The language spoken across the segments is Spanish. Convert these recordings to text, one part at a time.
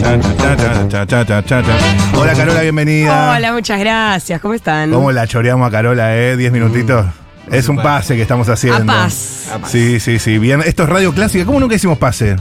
Cha, cha, cha, cha, cha, cha, cha, cha. Hola, Carola, bienvenida. Hola, muchas gracias. ¿Cómo están? ¿Cómo la choreamos a Carola, eh? Diez minutitos. Mm. Es un pase que estamos haciendo. A paz. Sí, sí, sí. Bien. Esto es Radio Clásica. ¿Cómo nunca hicimos pase?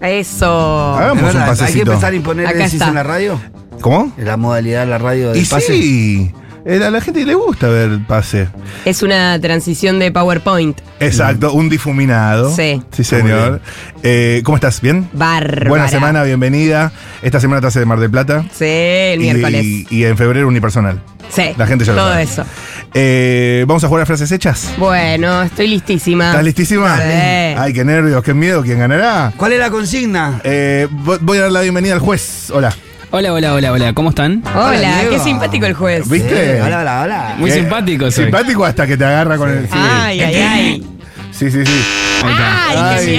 Eso. Hagamos Es un verdad, Hay que pasecito. empezar a imponer Acá el decís está. en la radio. ¿Cómo? La modalidad de la radio del Y pase. sí. eh, A la gente le gusta ver el pase. Es una transición de PowerPoint. Mm. Exacto, un difuminado. Sí. Sí, señor. Eh, ¿Cómo estás? ¿Bien? Bárbara. Buena semana, bienvenida. Esta semana te hace de Mar del Plata. Sí, el Y- miércoles. Y, en febrero unipersonal. sí. La gente ya lo Todo sabe. eso. Eh, ¿Vamos a jugar a frases hechas? Bueno, estoy listísima. ¿Estás listísima? Sí. Ay, qué nervios, qué miedo, ¿quién ganará? ¿Cuál es la consigna? Eh, vo- voy a dar la bienvenida al juez. Hola. Hola, hola, hola, hola, ¿cómo están? Hola, Hola, Diego. qué simpático el juez. ¿Viste? Eh, Hola, hola, hola. Muy Eh, simpático soy. Simpático hasta que te agarra con el. sí. Ay, ay, Este, ay. Sí, sí, sí. Ahí está. Ah. Ay, qué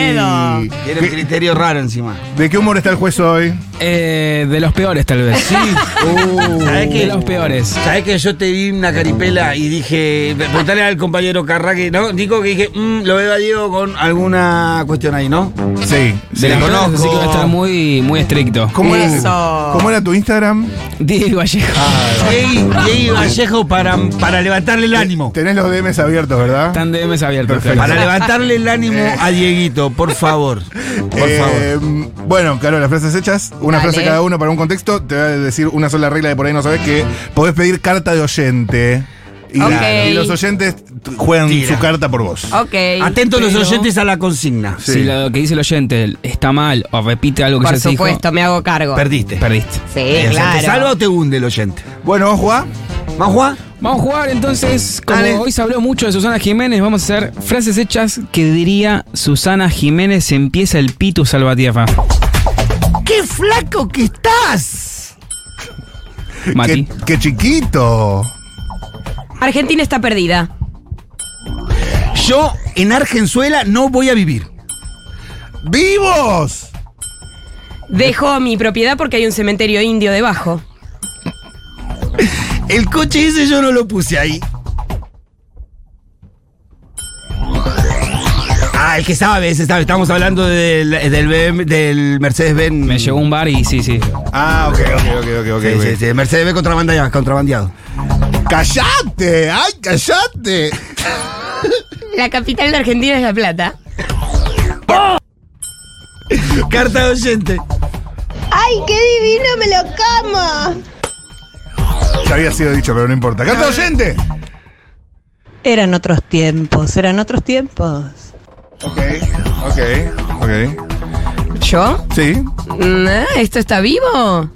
miedo. Tiene un criterio raro encima. ¿De qué humor está el juez hoy? Eh, de los peores, tal vez. Sí. ¿Sabés de los peores. ¿Sabés que yo te vi una caripela y dije, preguntale al compañero Carra que no, Nico, que dije, mm, lo veo a Diego con alguna cuestión ahí, ¿no? Sí. De los peores, así que va a estar muy, muy estricto. ¿Cómo era, Eso. ¿Cómo era tu Instagram? Diego Vallejo. Ah. Ey, ey, Vallejo para, para levantarle el ánimo. Tenés los DMs abiertos, ¿verdad? Están DMs abiertos. Perfecto. claro. Para levantarle el ánimo a Dieguito, por favor. Por favor. Eh, Bueno, claro, las frases hechas, una Dale. frase cada uno para un contexto, te voy a decir una sola regla de por ahí no sabes que podés pedir carta de oyente. Y, Ok. y los oyentes t- juegan Tira. su carta por vos. Ok. Atentos los Pero- oyentes a la consigna. Sí. Si lo que dice el oyente está mal o repite algo que Por ya se dijo, supuesto, me hago cargo. Perdiste. perdiste. Sí, claro. ¿Te salva o te hunde el oyente? Bueno, vos jugá. ¿Más Juan? Vamos a jugar entonces, como Dale. hoy se habló mucho de Susana Jiménez, vamos a hacer frases hechas que diría Susana Jiménez empieza el pitu salvatierra. ¡Qué flaco que estás! Mati. Qué, qué chiquito. Argentina está perdida. Yo en Argenzuela no voy a vivir. ¡Vivos! Dejo mi propiedad porque hay un cementerio indio debajo. El coche ese yo no lo puse ahí. Ah, el que sabe, ese sabe. Estamos hablando del, del, BM del Mercedes-Benz. Me llegó un bar y sí, sí. Ah, ok, ok, ok, ok, ok. Sí, sí, sí, Mercedes-Benz contrabandeado. contrabandeado. ¡Callate! ¡Ay, callate! La capital de Argentina es La Plata. Carta de oyente. ¡Ay, qué divino me lo como! Ya había sido dicho, pero no importa. ¡Carta de oyente! Eran otros tiempos, eran otros tiempos. Ok, ok, ok. ¿Yo? Sí. Mm, ah, ¿Esto está vivo?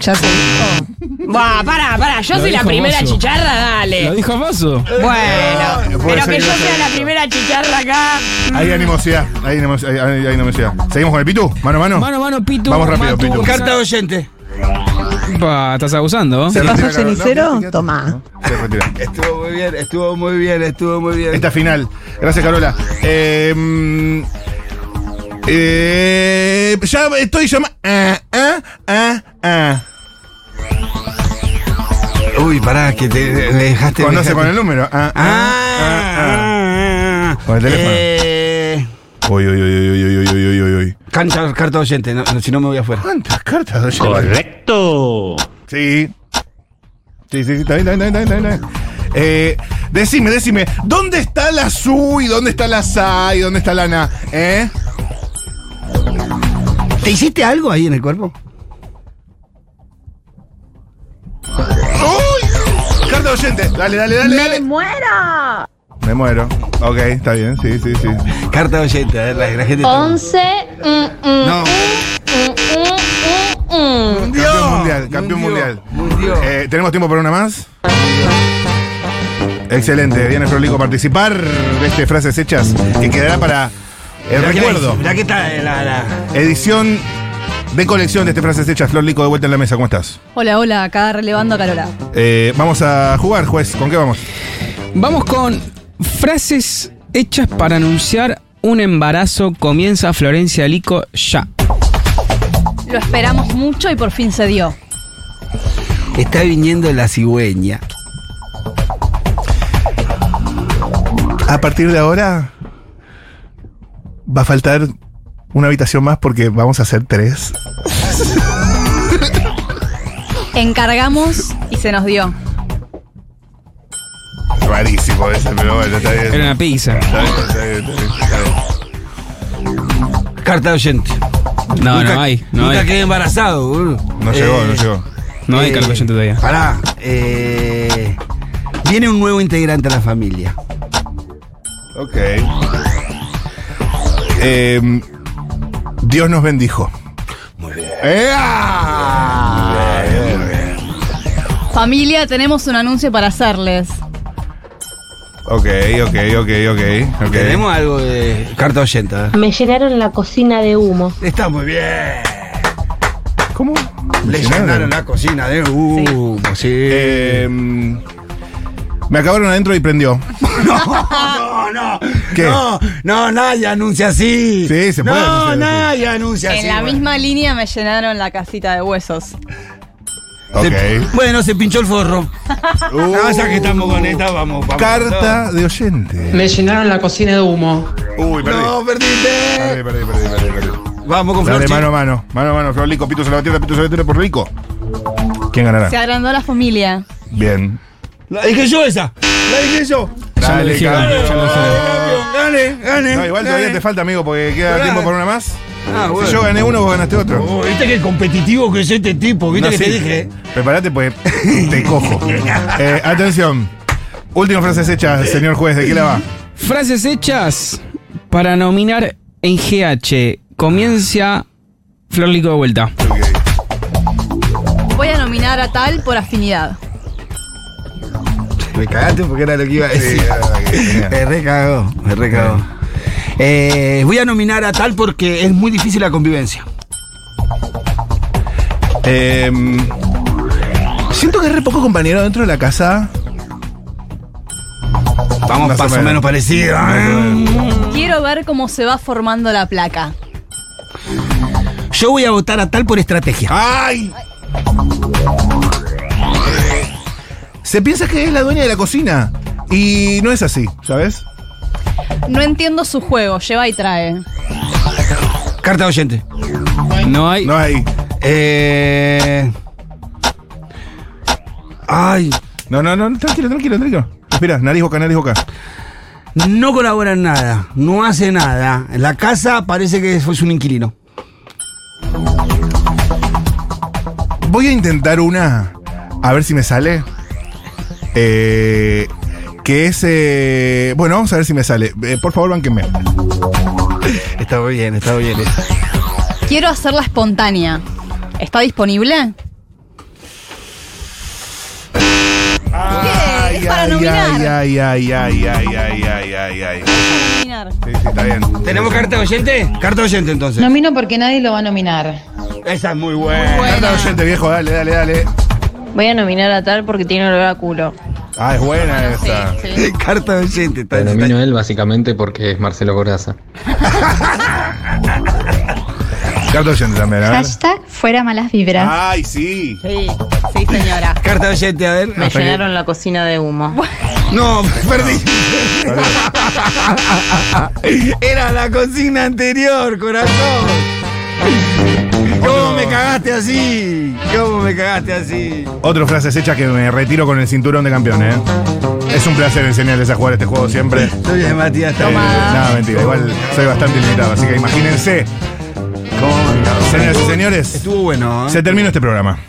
Ya se dijo. Buah, pará, pará, yo Lo soy la dijo primera Bozo. chicharra, Lo dale. dijo Faso. Bueno, No, puede pero ser que que yo no sea sea la eso. primera chicharra acá. Hay animosidad, hay animosidad, hay, hay- hay animosidad. ¿Seguimos con el Pitu? ¿Mano a mano? Mano, mano, Pitu. Vamos rápido, Matu, Pitu. Gonzalo. Carta de oyente. Pa, estás abusando. Se ¿Te retira, paso el Carol. No, cenicero? quédate, quédate. Tomá. No, Se retira. Estuvo muy bien, estuvo muy bien, estuvo muy bien. Esta final. Gracias, Carola. Eh, mm, eh, ya estoy llamando. Ah, ah, ah, ah. Uy, pará, que te me dejaste. me Conoce dejaste. con el número. Ah, ah, ah, Ah, ah, ah. Con el teléfono. Eh, ah. Uy, uy, uy, uy, uy, uy, uy, uy, uy, uy. cancha, carta oyente, no, no, si no me voy afuera. ¿Cuántas cartas doy yo? Sí. Sí, sí, sí, está bien, está bien, está bien, está bien, está bien. Eh, decime, decime, ¿dónde está la su y dónde está la sa y dónde está la na? ¿Eh? ¿Te hiciste algo ahí en el cuerpo? ¡Uy! Carta de oyente. Dale, dale, dale, dale. muero! Me muero. Ok, está bien, sí, sí, sí. Carta oyente, a ver, la, la gente. 11. mm, mm, No. mm, mm, mm, mm. Campeón mundial, Eh, campeón mundial. Mundial. Eh, ¿Tenemos tiempo para una más? Excelente, Diana Frolico, participar de este Frases Hechas que quedará para el Mirá que la recuerdo. hice, mirá que está eh, la- la- Edición de colección de este Frases Hechas. Flor Lico, de vuelta en la mesa, ¿cómo estás? Hola, hola, acá relevando a Carola. Eh, vamos a jugar, juez. ¿Con qué vamos? Vamos con frases hechas para anunciar un embarazo. Comienza Florencia Lico ya. Lo esperamos mucho y por fin se dio. Está viniendo la cigüeña. A partir de ahora va a faltar una habitación más porque vamos a hacer tres. Encargamos y se nos dio. Rarísimo ese, pero bueno, está bien. Era una pizza. Está bien, está bien, está bien, está bien. Carta de oyente. No, Nunca- no hay. No nunca hay. quedé embarazado, boludo. No llegó, no Eh, llegó. No hay eh, cargo oyente todavía. Pará. eh, viene un nuevo integrante a la familia. Ok. Em, Dios nos bendijo. Muy bien. Familia, tenemos un anuncio para hacerles. Ok, ok, ok, ok. ok. Tenemos algo de carta oyente. ¿eh? Me llenaron la cocina de humo. Está muy bien. ¿Cómo? Le llenaron la cocina de humo, sí. Em, me acabaron adentro y prendió. No, no. ¿Qué? No, no, nadie anuncia así. Sí, se puede No, anunciar así. nadie anuncia así. en la bueno. misma línea me llenaron la casita de huesos. Ok. Se- bueno, se pinchó el forro. Uh, Nada más Ah, ya que estamos con esta, vamos, vamos. Carta de oyente. Me llenaron la cocina de humo. Uy, perdí. No, perdiste. Perdí, perdí, perdí, perdí, perdí. Vamos con Dale, Flor. mano a mano. Mano a mano, Flor Lico, Pito Salvatierra, Pito Salvatierra por Rico. ¿Quién ganará? Se agrandó la familia. Bien. La dije yo esa. La dije yo. Ya lo Dale, dijeron, campeón. ya lo Campeón, Gane, gane. No, igual todavía gane. te falta, amigo, porque queda Pero tiempo gana. para una más. Ah, bueno. Si yo gané uno, vos ganaste otro. Oh, Viste que competitivo que es este tipo. No, Viste que sí. te dije. Prepárate, pues te cojo. Eh, atención. Última frase hecha, señor juez, ¿de qué la va? Frases hechas para nominar en GH. Comienza Flor Lico de vuelta. Voy a nominar a tal por afinidad. Me cagaste porque era lo que iba a Sí, la verdad que genial. Me recagó, me recagó. Eh, voy a nominar a tal porque es muy difícil la convivencia. Em, siento que es re poco compañero dentro de la casa. Vamos Más o más o menos. menos parecido. ¿eh? Quiero ver cómo se va formando la placa. Yo voy a votar a tal por estrategia. ¡Ay! Se piensa que es la dueña de la cocina. Y no es así, ¿sabes? No entiendo su juego, lleva y trae. Carta de oyente. No hay. No hay. Eh, Ay, No, no, no, tranquilo, tranquilo, tranquilo. Mira, nariz boca, nariz boca. no colabora en nada, no hace nada. En la casa parece que fue un inquilino. Voy a intentar una. A ver si me sale. Eh, que es. eh, bueno, vamos a ver si me sale. Eh, por favor, banquenme. Está muy bien, está muy bien. Quiero hacerla espontánea. ¿Está disponible? Ah, Ay, Es para ay, nominar. ay, ay, ay, ay, ay, ay, ay, ay. Nominar. Sí, sí, está bien. ¿Tenemos carta de oyente? Carta de oyente entonces. Nomino porque nadie lo va a nominar. Esa es muy buena. Carta de oyente, viejo, dale, dale, dale. Voy a nominar a tal porque tiene olor a culo. Ah, es buena esta. Carta de oyente. Está, está- él básicamente porque es Marcelo Coraza. Carta de oyente también, a ver. fuera malas vibras. Ay, sí. Sí, sí, señora. Carta de oyente, a ver. Hasta que- la cocina de humo. No, perdí. Era la consigna anterior, corazón. ¿Cómo me cagaste así? ¿Cómo me cagaste así? Otro frases hechas que me retiro con el cinturón de campeón, ¿eh? Es un placer enseñarles a jugar este juego siempre. Soy de Matías Eh, Tomás. nada, mentira, igual soy bastante limitado, así que imagínense. Señoras y señores, Estuvo bueno, ¿eh? se terminó este programa.